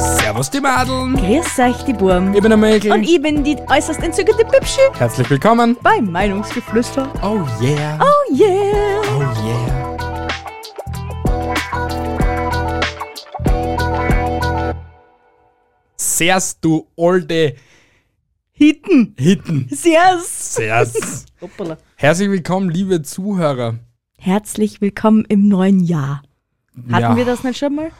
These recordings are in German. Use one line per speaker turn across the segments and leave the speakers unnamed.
Servus die Madeln.
Grüß euch, die Burm.
Ich bin der Mäkel.
Und ich bin die äußerst entzückende Bibschi
Herzlich willkommen.
bei Meinungsgeflüster.
Oh yeah.
Oh yeah.
Oh yeah. Sehrst du olde
Hitten.
Hitten.
Servus.
Sehrst. Herzlich willkommen, liebe Zuhörer.
Herzlich willkommen im neuen Jahr. Hatten
ja.
wir das nicht schon mal?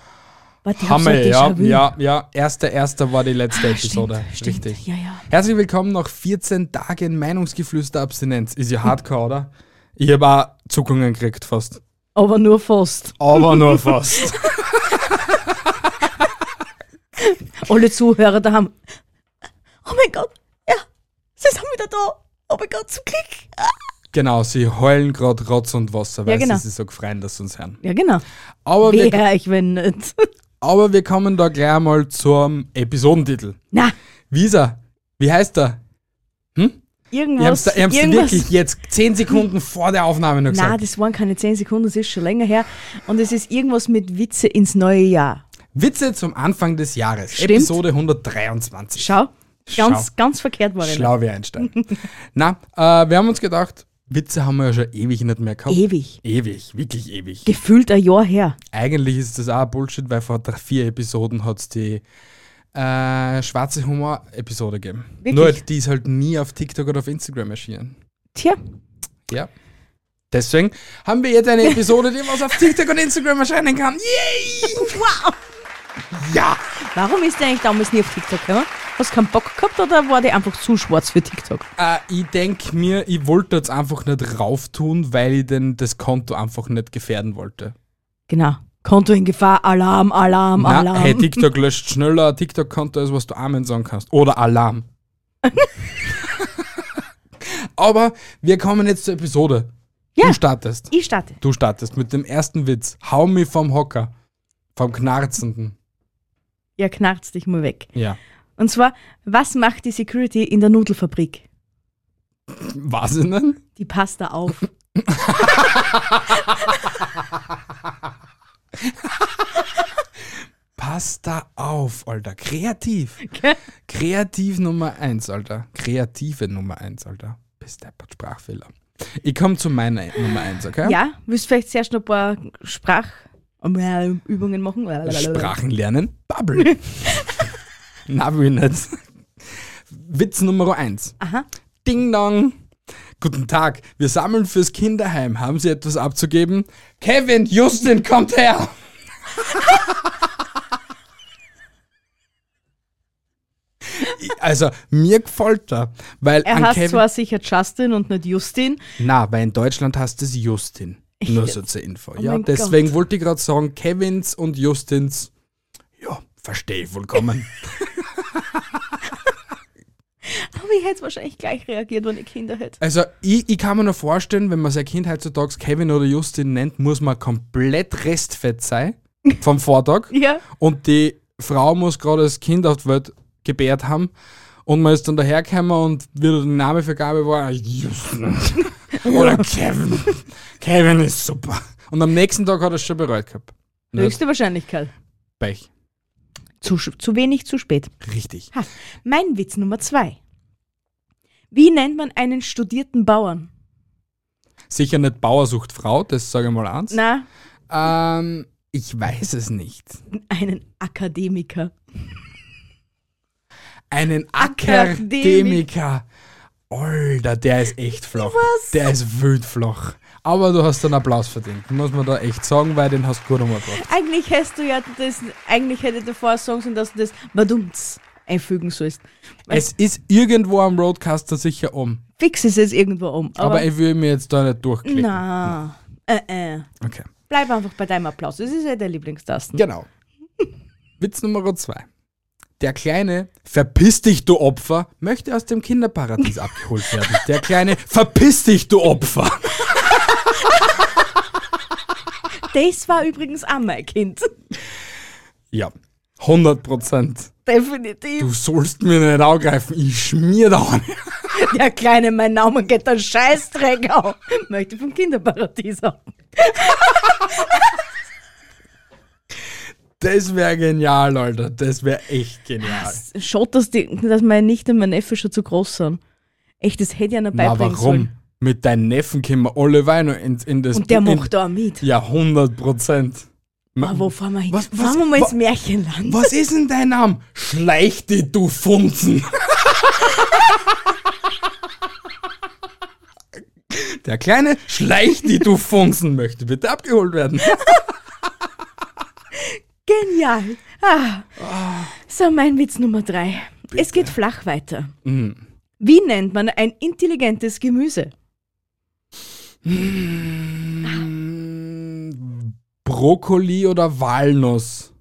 Warte, ich hab's
Hammer,
halt
ja,
déjà vu.
ja, ja. Erster, erster war die letzte Episode.
Stimmt, stimmt.
Richtig.
Ja, ja.
Herzlich willkommen nach 14 Tagen Meinungsgeflüster-Abstinenz. Ist ja hardcore, oder? Ich habe auch Zuckungen gekriegt fast.
Aber nur fast.
Aber nur fast.
Alle Zuhörer da haben. Oh mein Gott. Ja. Sie sind wieder da. Oh mein Gott, zum Glück.
genau, sie heulen gerade Rotz und Wasser, weil
Ja, genau.
sie sich so gefreien, dass sie uns hören.
Ja, genau.
Aber wir,
Wer ich wenn nicht.
aber wir kommen da gleich mal zum Episodentitel.
Na,
Wie ist er? Wie heißt er? Ich hab's,
irgendwas.
da, ich hab's
irgendwas.
wirklich jetzt 10 Sekunden vor der Aufnahme noch
Na,
gesagt.
das waren keine 10 Sekunden, das ist schon länger her. Und es ist irgendwas mit Witze ins neue Jahr.
Witze zum Anfang des Jahres.
Stimmt.
Episode 123.
Schau, ganz,
Schau.
ganz verkehrt war ich. nicht.
Schlau wie Einstein. Na, äh, wir haben uns gedacht, Witze haben wir ja schon ewig nicht mehr gehabt.
Ewig.
Ewig, wirklich ewig.
Gefühlt ein Jahr her.
Eigentlich ist das auch Bullshit, weil vor drei, vier Episoden hat es die äh, schwarze Humor-Episode gegeben.
Wirklich?
Nur die ist halt nie auf TikTok oder auf Instagram erschienen.
Tja,
Ja. Deswegen haben wir jetzt eine Episode, die was auf TikTok und Instagram erscheinen kann. Yay!
wow.
Ja!
Warum ist der eigentlich damals nie auf TikTok gekommen? Hast du keinen Bock gehabt oder war der einfach zu schwarz für TikTok?
Äh, ich denke mir, ich wollte jetzt einfach nicht rauf tun, weil ich denn das Konto einfach nicht gefährden wollte.
Genau. Konto in Gefahr, Alarm, Alarm,
Na,
Alarm.
hey, TikTok löscht schneller ein TikTok-Konto, als was du Amen sagen kannst. Oder Alarm. Aber wir kommen jetzt zur Episode.
Ja.
Du startest.
ich starte.
Du startest mit dem ersten Witz. Hau mich vom Hocker. Vom Knarzenden.
Ja, knarzt dich mal weg.
Ja.
Und zwar, was macht die Security in der Nudelfabrik?
Was denn?
Die passt da auf.
Pass da auf, Alter. Kreativ.
Gell?
Kreativ Nummer eins, Alter. Kreative Nummer eins, Alter. Bist ein Sprachfehler. Ich komme zu meiner Nummer eins, okay?
Ja, willst du vielleicht zuerst noch ein paar Sprachübungen machen?
Sprachen lernen, Bubble. Na, will ich nicht. Witz Nummer 1.
Aha.
Ding dong. Guten Tag, wir sammeln fürs Kinderheim. Haben Sie etwas abzugeben? Kevin, Justin, kommt her! Ich- also, mir gefällt er, weil
Er
an
heißt
Kevin.
zwar sicher Justin und nicht Justin.
Na, weil in Deutschland heißt es Justin. Nur so zur Info. ja,
mein
deswegen wollte ich gerade sagen, Kevins und Justins. Ja, verstehe ich vollkommen.
Aber ich hätte wahrscheinlich gleich reagiert, wenn ich Kinder hätte.
also, ich, ich kann mir nur vorstellen, wenn man sein Kind heutzutage Kevin oder Justin nennt, muss man komplett restfett sein vom Vortag.
Ja.
Und die Frau muss gerade das Kind auf die Welt gebärt haben. Und man ist dann dahergekommen und wieder die Namevergabe war Justin. oder Kevin. Kevin ist super. Und am nächsten Tag hat er es schon bereut gehabt. Ja.
Höchste Wahrscheinlichkeit.
Pech.
Zu, sch- zu wenig, zu spät.
Richtig.
Ha. Mein Witz Nummer zwei. Wie nennt man einen studierten Bauern?
Sicher nicht Bauer sucht Frau, das sage ich mal eins.
Na,
Ähm, ich weiß es nicht.
einen Akademiker.
Einen
Akademik-
Akademiker. Alter, der ist echt flach. Der ist wild flach. Aber du hast einen Applaus verdient, muss man da echt sagen, weil den hast du gut umgebracht.
Eigentlich hättest du ja das, eigentlich hätte du vorher sagen sollen, dass du das Badumts einfügen sollst. Weil
Es ist irgendwo am Roadcaster sicher um.
fix ist es irgendwo um.
Aber,
Aber,
ich will mir jetzt da nicht durchklicken.
na, äh, äh.
Okay.
Bleib einfach bei deinem Applaus. Das ist ja der Lieblingstasten.
Genau. Witz Nummer Genau. zwei. Der kleine, verpiss dich, du Opfer, möchte aus dem Kinderparadies abgeholt werden. Der kleine, verpiss dich, du Opfer.
Das war übrigens auch mein Kind.
Ja, 100 Prozent. Du
Definitiv.
sollst mir nicht angreifen, ich schmier da an.
Der Kleine, mein Name geht der Scheißdreck auf. Möchte vom Kinderparadies haben.
Das wäre genial, Alter. Das wäre echt genial.
Schott, dass, die, dass meine Nichte und mein Neffe schon zu groß sind. Echt, das hätte ich einer
Na,
beibringen
warum?
sollen.
Mit deinen Neffen können wir alle weinen in, in das
Und der
in,
macht da auch mit.
Ja, 100 Prozent.
Aber wo fahren wir hin?
Was- was-
fahren wir mal ins
wa-
Märchenland.
Was ist denn dein Name? Schleich dich, du Funzen. Der kleine Schleich dich, du Funzen möchte bitte abgeholt werden.
Genial. Ah. So, mein Witz Nummer drei. Es geht flach weiter.
Mhm.
Wie nennt man ein intelligentes Gemüse?
Brokkoli oder Walnuss?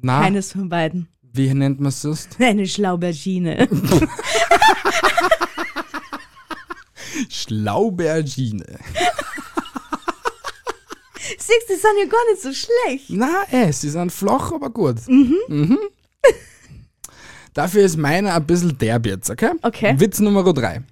Na,
Keines von beiden.
wie nennt man es sonst?
Eine Schlaubergine.
Schlaubergine.
Siehst du, die sind ja gar nicht so schlecht.
Na, eh, sie sind flach, aber gut. Mhm. Dafür ist meiner ein bisschen derb jetzt, okay?
Okay.
Witz Nummer drei.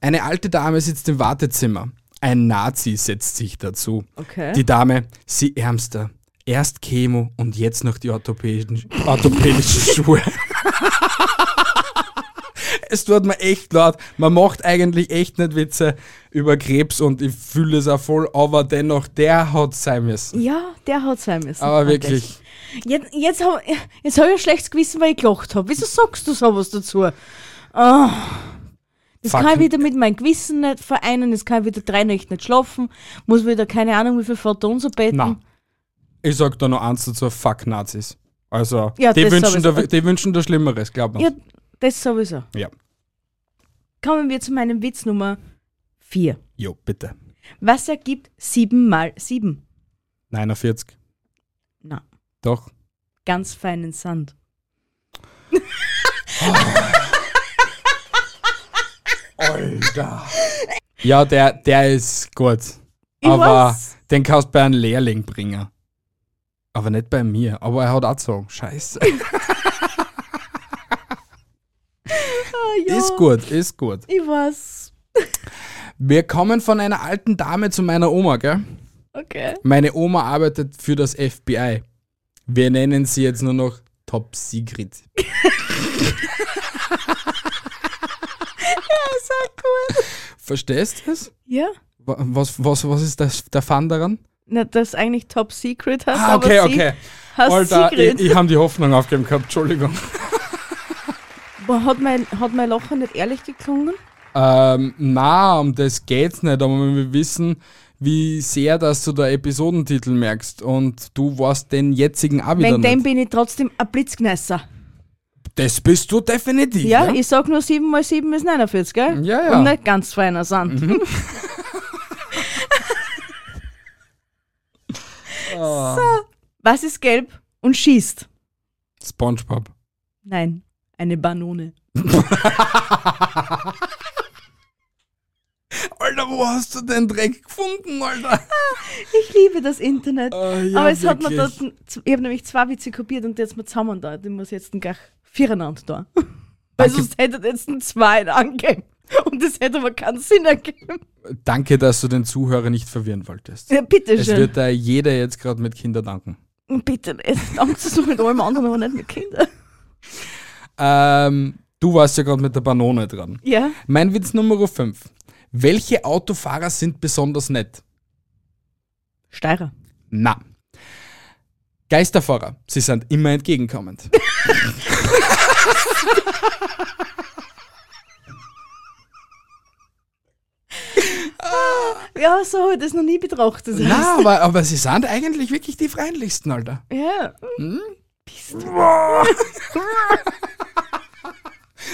Eine alte Dame sitzt im Wartezimmer. Ein Nazi setzt sich dazu.
Okay.
Die Dame, sie ärmster. Erst Chemo und jetzt noch die orthopädischen, orthopädischen Schuhe. es tut mir echt leid. Man macht eigentlich echt nicht Witze über Krebs und ich fühle es auch voll, aber dennoch, der hat sein müssen.
Ja, der hat sein müssen.
Aber
Hat
wirklich.
echt. Jetzt, jetzt habe jetzt hab ich ein schlechtes Gewissen, weil ich gelacht habe. Wieso sagst du sowas dazu? Ah. das
Fuck.
kann ich wieder mit meinem Gewissen nicht vereinen, das kann ich wieder drei Nächte nicht schlafen, muss wieder keine Ahnung, wie viel Photon so beten.
Na. Ich sag da noch eins dazu, fuck Nazis. Also,
Ja,
die,
das
wünschen da,
sowieso.
die wünschen da Schlimmeres, glaubt man.
Ja, das sowieso.
ja.
Kommen wir zu meinem Witz Nummer 4.
Jo, bitte.
Was ergibt 7 mal 7?
49.
Na,
Doch.
ganz feinen Sand.
Alter. Ja, der, der ist gut.
Ich
aber
weiß.
den kannst du bei einem Lehrling bringen. Aber nicht bei mir. Aber er hat auch gezogen. Scheiße.
Ah, ja,
Ist gut, ist gut.
Ich weiß.
Wir kommen von einer alten Dame zu meiner Oma, gell?
Okay.
Meine Oma arbeitet für das FBI. Wir nennen sie jetzt nur noch Top Secret. Verstehst du es?
Ah, Ja?
Wa- Was, was, was ist das, der Fun daran?
Na, das eigentlich Top Secret hast,
Ah, okay,
aber sie
okay.
hast
Alter, ich,
Secret.
ich habe die Hoffnung aufgegeben gehabt, Entschuldigung.
Boah, hat mein, hat mein Lachen nicht ehrlich geklungen?
Ähm, na, um das geht's nicht, aber wir wissen, wie sehr, dass du der Episodentitel merkst und du warst den jetzigen auch wieder
Wegen dem
nicht.
bin ich trotzdem ein Blitzgneißer.
Das bist du definitiv.
Ja, ich sag nur 7 mal 7 ist 49, gell?
Ja, ja. Mhm.
Und nicht ganz feiner Sand.
Ah,
so, was ist gelb und schießt?
Spongebob.
Nein, eine Banone.
Alter, wo hast du den Dreck gefunden, Alter?
Ich liebe das Internet.
Ah, ja,
Aber es hat mir
wirklich.
dort, ich habe nämlich zwei Witze kopiert und jetzt mal zusammen da. Ich muss jetzt gleich viereinander da. Weil
Danke.
sonst hätte jetzt ein zwei angegeben. Und das hätte aber keinen Sinn ergeben.
Danke, dass du den Zuhörer nicht verwirren wolltest.
Ja,
Es
bitteschön.
wird da jeder jetzt gerade mit Kinder danken.
Bitte, nicht. Angst ist nur mit allem anderen, aber nicht mit Kindern.
Ähm, du warst ja gerade mit der Banone dran.
Ja,
Mein Witz Nummer 5. Welche Autofahrer sind besonders nett?
Steirer.
Na. Geisterfahrer, sie sind immer entgegenkommend.
Ja, so habe ich das noch nie betrachtet.
Na, aber, aber sie sind eigentlich wirklich die freundlichsten, Alter.
Ja.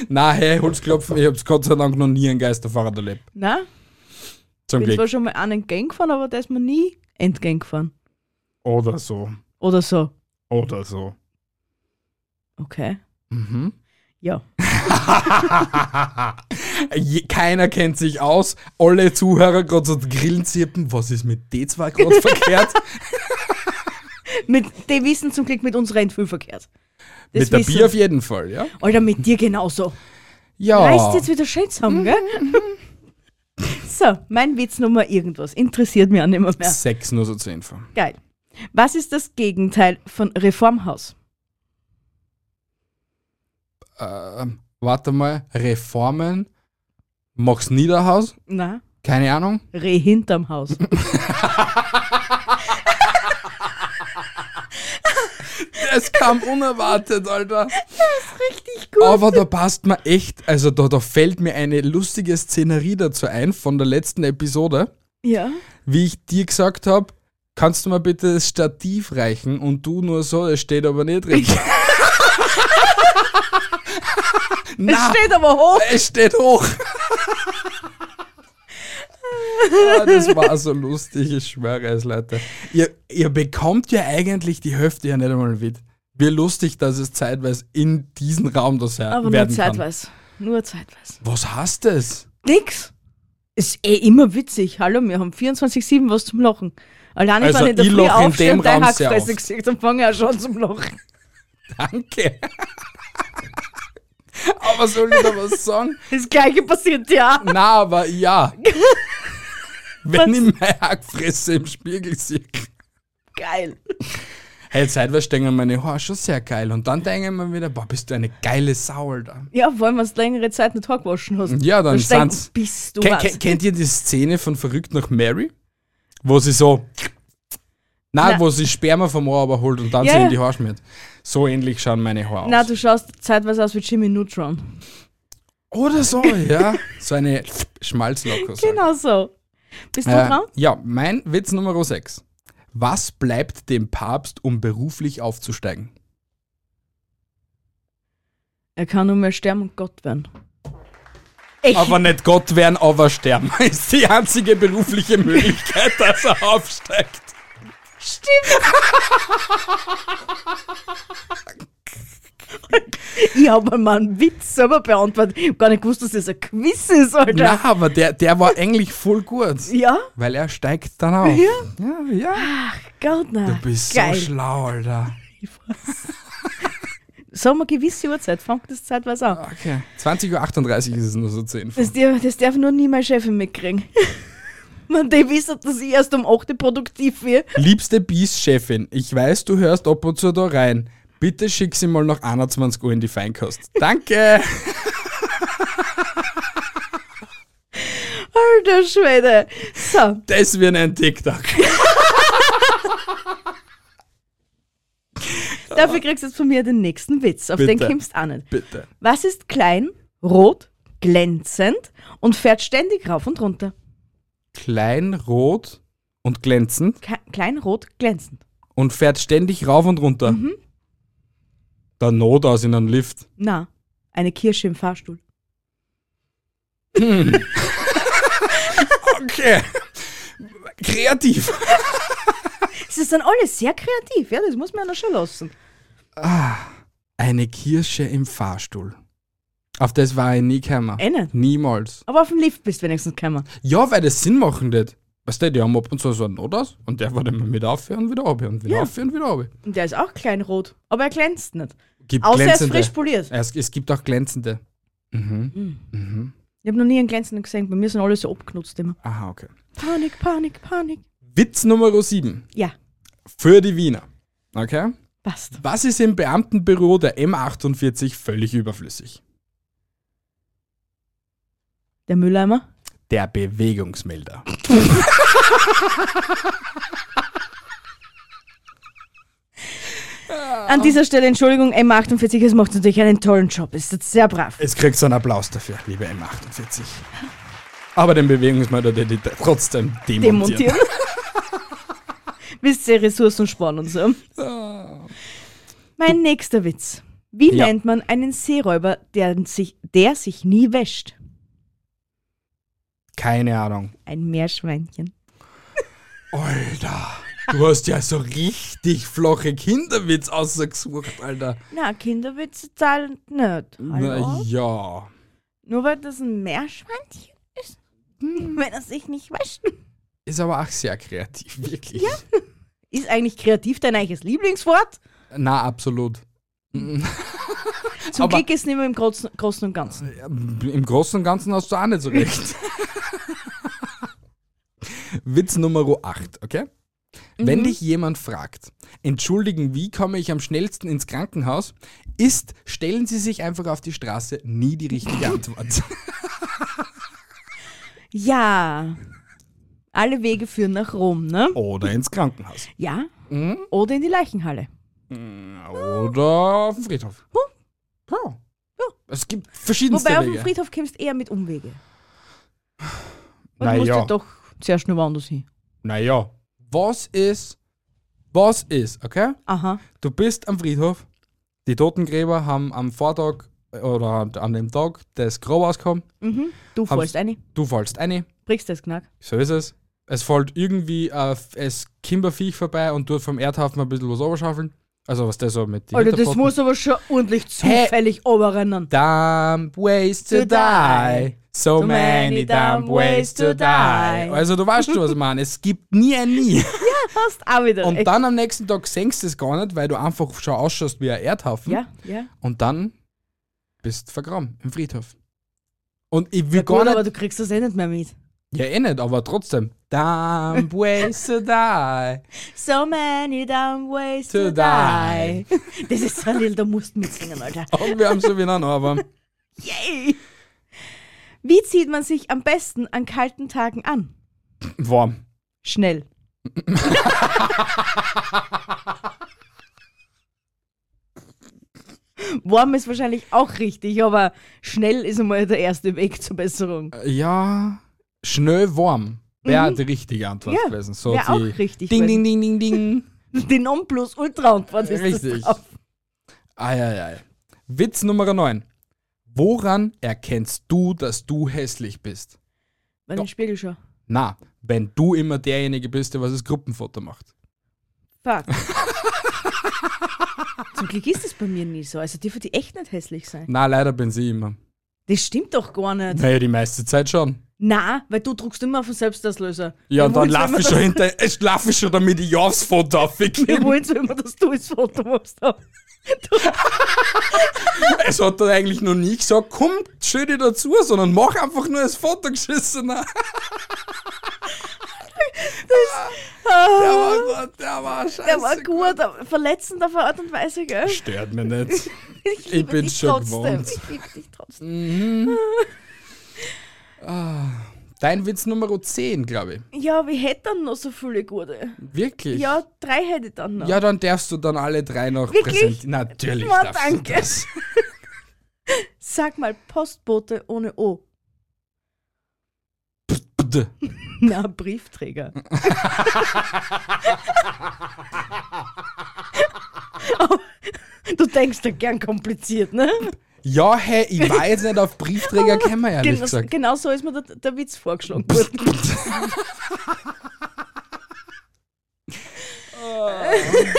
Na, hey, Holzklopfen, ich hab's Gott sei Dank noch nie einen Geisterfahrer erlebt.
Nein,
Zum
bin zwar
Glück.
schon mal einen Gang gefahren, aber der ist mir nie entgegen gefahren.
Oder so.
Oder so.
Oder so.
Okay.
Mhm.
Ja.
Je- Keiner kennt sich aus. Alle Zuhörer gerade so Grillen zirpen. Was ist mit D zwei gerade verkehrt?
Mit, die wissen zum Glück mit uns rennt viel verkehrt. Das
mit der
wissen-
Bier auf jeden Fall, ja?
Alter, mit dir genauso.
Ja.
Reißt jetzt wieder schön zusammen, gell? So, mein Witz Nummer irgendwas. Interessiert mich auch nicht mehr. mehr.
Sechs nur so zu Info.
Geil. Was ist das Gegenteil von Reformhaus?
Ähm, warte mal. Reformen. Mach's Niederhaus.
Na,
Keine Ahnung.
Reh hinterm Haus.
Es kam unerwartet, Alter.
Richtig gut.
Aber da passt mir echt, also da, da fällt mir eine lustige Szenerie dazu ein von der letzten Episode,
Ja.
wie ich dir gesagt habe, kannst du mir bitte das Stativ reichen und du nur so, es steht aber nicht richtig.
Es
Na,
steht aber hoch.
es steht hoch. ah, das war so lustig, ich schwöre es, Leute. Ihr, ihr bekommt ja eigentlich die Hälfte ja nicht einmal mit. Wie lustig, dass es zeitweise in diesen Raum das her
Aber nur
werden kann.
zeitweise. Nur zeitweise.
Was heißt das?
Nix. Ist eh immer witzig. Hallo, wir haben 24-7 was zum Lachen. Alleine
Also,
wenn ich in der
ich
Früh
lach in
aufstehe
dem
und deine
Raum sehr
Hackfresse
oft.
gesehen, dann fange ich auch schon zum Lachen.
Danke. aber soll ich da was sagen?
Das gleiche passiert ja.
Na, aber ja. Wenn ich meine Hackfresse im Spiegel sehe.
Geil.
Hey, zeitweise denken meine Haare schon sehr geil. Und dann denken wir wieder, boah, bist du eine geile Sau, Alter.
Ja, vor allem, wenn du längere Zeit nicht Haar gewaschen hast.
Ja, dann
Dann denk,
sind's.
bist du
Ken,
was.
ken, kennt ihr die Szene von Verrückt nach Mary? Wo sie so. Nein,
Na.
wo sie Sperma vom Ohr überholt und dann
Ja,
sie
ja.
in die Haare schmiert. So ähnlich schauen meine Haare
Na,
aus.
du schaust zeitweise aus wie Jimmy Neutron.
Oder so, ja. So eine Schmalzlocke. so.
Genau so. Bist du
Äh,
dran?
ja, mein Witz Nummer 6. Was bleibt dem Papst, um beruflich aufzusteigen?
Er kann nur mehr sterben und Gott werden. Echt?
Aber nicht Gott werden, aber sterben. Ist die einzige berufliche Möglichkeit, dass er aufsteigt.
ich habe mal einen Witz selber beantwortet. Ich habe gar nicht gewusst, dass das ein Quiz ist, Alter.
Na, aber der, der war eigentlich voll gut.
Ja?
Weil er steigt dann auf.
Ja.
ja. ja.
Gott, nein.
Du bist
Geil.
so schlau, Alter.
Sagen wir gewisse Uhrzeit, fang das zeitweise an.
Okay. 20.38 Uhr ist es nur so 10.
Das darf, das darf nur nie meine Chefin mitkriegen. Man, die wissen, dass ich erst um 8 Uhr produktiv bin.
Liebste Bies-Chefin, ich weiß, du hörst ab und zu da rein. Bitte schick sie mal nach 21 Uhr in die Feinkost. Danke.
Alter Schwede. So,
Das wird ein TikTok.
dafür kriegst du jetzt von mir den nächsten Witz. Auf den
Bitte.
kommst du auch nicht.
Bitte.
Was ist klein, rot, glänzend und fährt ständig rauf und runter?
Klein, rot und glänzend
Ke- Klein, rot, glänzend.
und fährt ständig rauf und runter.
Mhm.
Der Not aus in einem Lift.
Na, eine Kirsche im Fahrstuhl.
Okay. Kreativ.
Sie sind alle sehr kreativ, ja, das muss man ja noch schon lassen.
Eine Kirsche im Fahrstuhl. Auf das war ich nie gekommen.
Eh nicht.
Niemals.
Aber auf dem Lift bist du wenigstens gekommen.
Ja, weil das Sinn machen wird. Weißt du, die haben ab und zu so einen Not aus und der war dann mit aufhören und wieder abhören und wieder
Ja.
aufhören und wieder abhören.
Und der ist auch klein rot, aber er glänzt nicht.
Gibt
Außer er ist
glänzende.
frisch poliert.
Es, es gibt auch glänzende.
Ich habe noch nie einen glänzenden gesehen, bei mir sind alle so abgenutzt immer.
Aha, okay.
Panik, Panik, Panik.
Witz Nummer 7.
Ja,
Für die Wiener. Okay?
passt.
Was ist im Beamtenbüro der M48 völlig überflüssig?
Der Mülleimer.
Der Bewegungsmelder.
An dieser Stelle, Entschuldigung, M48, es macht natürlich einen tollen Job, ist jetzt sehr brav.
Jetzt kriegst du einen Applaus dafür, liebe M48. Aber den Bewegungsmelder, der die trotzdem demontiert.
Demontieren. Wisst ihr, Ressourcen sparen und so. Mein nächster Witz. Wie
Ja.
nennt man einen Seeräuber, der sich, der sich nie wäscht?
Keine Ahnung.
Ein Meerschweinchen.
Alter. Du hast ja so richtig flache Kinderwitz ausgesucht, Alter.
Na, Kinderwitze zahlen nicht.
Na
Hallo?
ja.
Nur weil das ein Meerschweinchen ist,
Hm.
wenn er sich nicht wäscht.
Ist aber auch sehr kreativ, wirklich.
Ist eigentlich kreativ dein eigenes Lieblingswort?
Na, absolut.
Zum
Aber-
Glück ist es nicht mehr im Großen, Großen und Ganzen.
Im Großen und Ganzen hast du auch nicht so recht. Witz Nummer 8, okay? Wenn dich jemand fragt, entschuldigen, wie komme ich am schnellsten ins Krankenhaus, ist, stellen Sie sich einfach auf die Straße, nie die richtige Antwort.
Ja. Alle Wege führen nach Rom, ne?
Oder ins Krankenhaus.
Ja.
Mhm.
Oder in die Leichenhalle.
Oder auf den Friedhof. Ja. Es gibt verschiedenste
Wobei auf dem
Wege.
Friedhof kommst du eher mit Umwege. Und
Na
musst
ja.
ja doch zuerst nur woanders hin.
Naja. Was ist, was ist, okay?
Aha.
Du bist am Friedhof. Die Totengräber haben am Vortag äh, oder an dem Tag das Grab ausgekommen.
Mhm. Du
Hab's-
fällst eine,
Du fallst eine.
brichst das Knack.
So ist es. Es fällt irgendwie äh, es Kimberviech vorbei und tut vom Erdhaufen ein bisschen was oberschaufeln. Also was der so mit die
Alter, das
Hinterpfoten.
muss aber schon ordentlich zufällig oberrennen.
Dumb ways to
To
die.
die.
So
So
many
many
dumb
dumb
ways to
ways to
die.
die.
Also du weißt schon, was ich meine. Es gibt nie ein Nie.
Passt auch wieder.
Und
Echt.
dann am nächsten Tag singst du es gar nicht, weil du einfach schon ausschaust wie ein Erdhaufen.
Ja, ja.
Und dann bist du vergraben im Friedhof. Und ich will
Ja,
gar
gut, aber
nicht.
du kriegst das eh nicht mehr mit.
Ja, eh nicht, aber trotzdem. Dumb ways to die.
So many dumb ways
To
to,
die.
die. Das ist so ein Lied, da musst du mitsingen, Alter.
Und wir haben schon wieder einen Ohrwurm.
Yay! Wie zieht man sich am besten an kalten Tagen an?
Warm.
Schnell. Warm ist wahrscheinlich auch richtig, aber schnell ist einmal der erste Weg zur Besserung.
Ja, schnell warm. Wäre die richtige Antwort
Mhm. Ja,
gewesen. So
wär
die
auch richtig
Ding, ding,
gewesen.
ding, ding, ding.
Die Nonplusultra-Antwort ist
Richtig.
das drauf.
Eieiei. Witz Nummer 9. Woran erkennst du, dass du hässlich bist?
Wenn ich in den Spiegel schaue.
Na, wenn du immer derjenige bist, der was das Gruppenfoto macht.
Fuck. Zum Glück ist es bei mir nie so. Also dürfen die echt nicht hässlich sein.
Na, leider bin sie immer.
Das stimmt doch gar nicht.
Naja, die meiste Zeit schon.
Na, weil du druckst immer auf den Selbstauslöser.
Ja,
Wir
und dann
wollen's, wenn
laufe
wir
ich schon
das-
hinter, ich laufe schon, damit ich ja aufs Foto
Wir
aufwickel.
wollen so immer, dass du das Foto machst.
Es hat dann eigentlich noch nie gesagt, komm, schön dich dazu, sondern mach einfach nur das Foto geschissen. das, der, war, Ah. der war scheiße.
Der war gut, aber verletzend auf eine Art und Weise, gell?
Stört mich nicht.
Ich,
Ich bin schon gewohnt.
Ich liebe dich trotzdem.
Dein Witz Nummer 10, glaube ich.
Ja, wir hätten dann noch so viele gute.
Wirklich?
Ja, drei hätte ich dann noch.
Ja, dann darfst du dann alle drei noch
Wirklich?
präsentieren. Natürlich
Na,
darfst du
danke.
das.
Sag mal, Postbote ohne O.
Bitte.
Na, Briefträger. du denkst ja gern kompliziert, ne?
Ja, hey, ich weiß nicht, auf Briefträger kennen wir ehrlich
Genau,
gesagt.
genau so ist mir der, der Witz vorgeschlagen worden.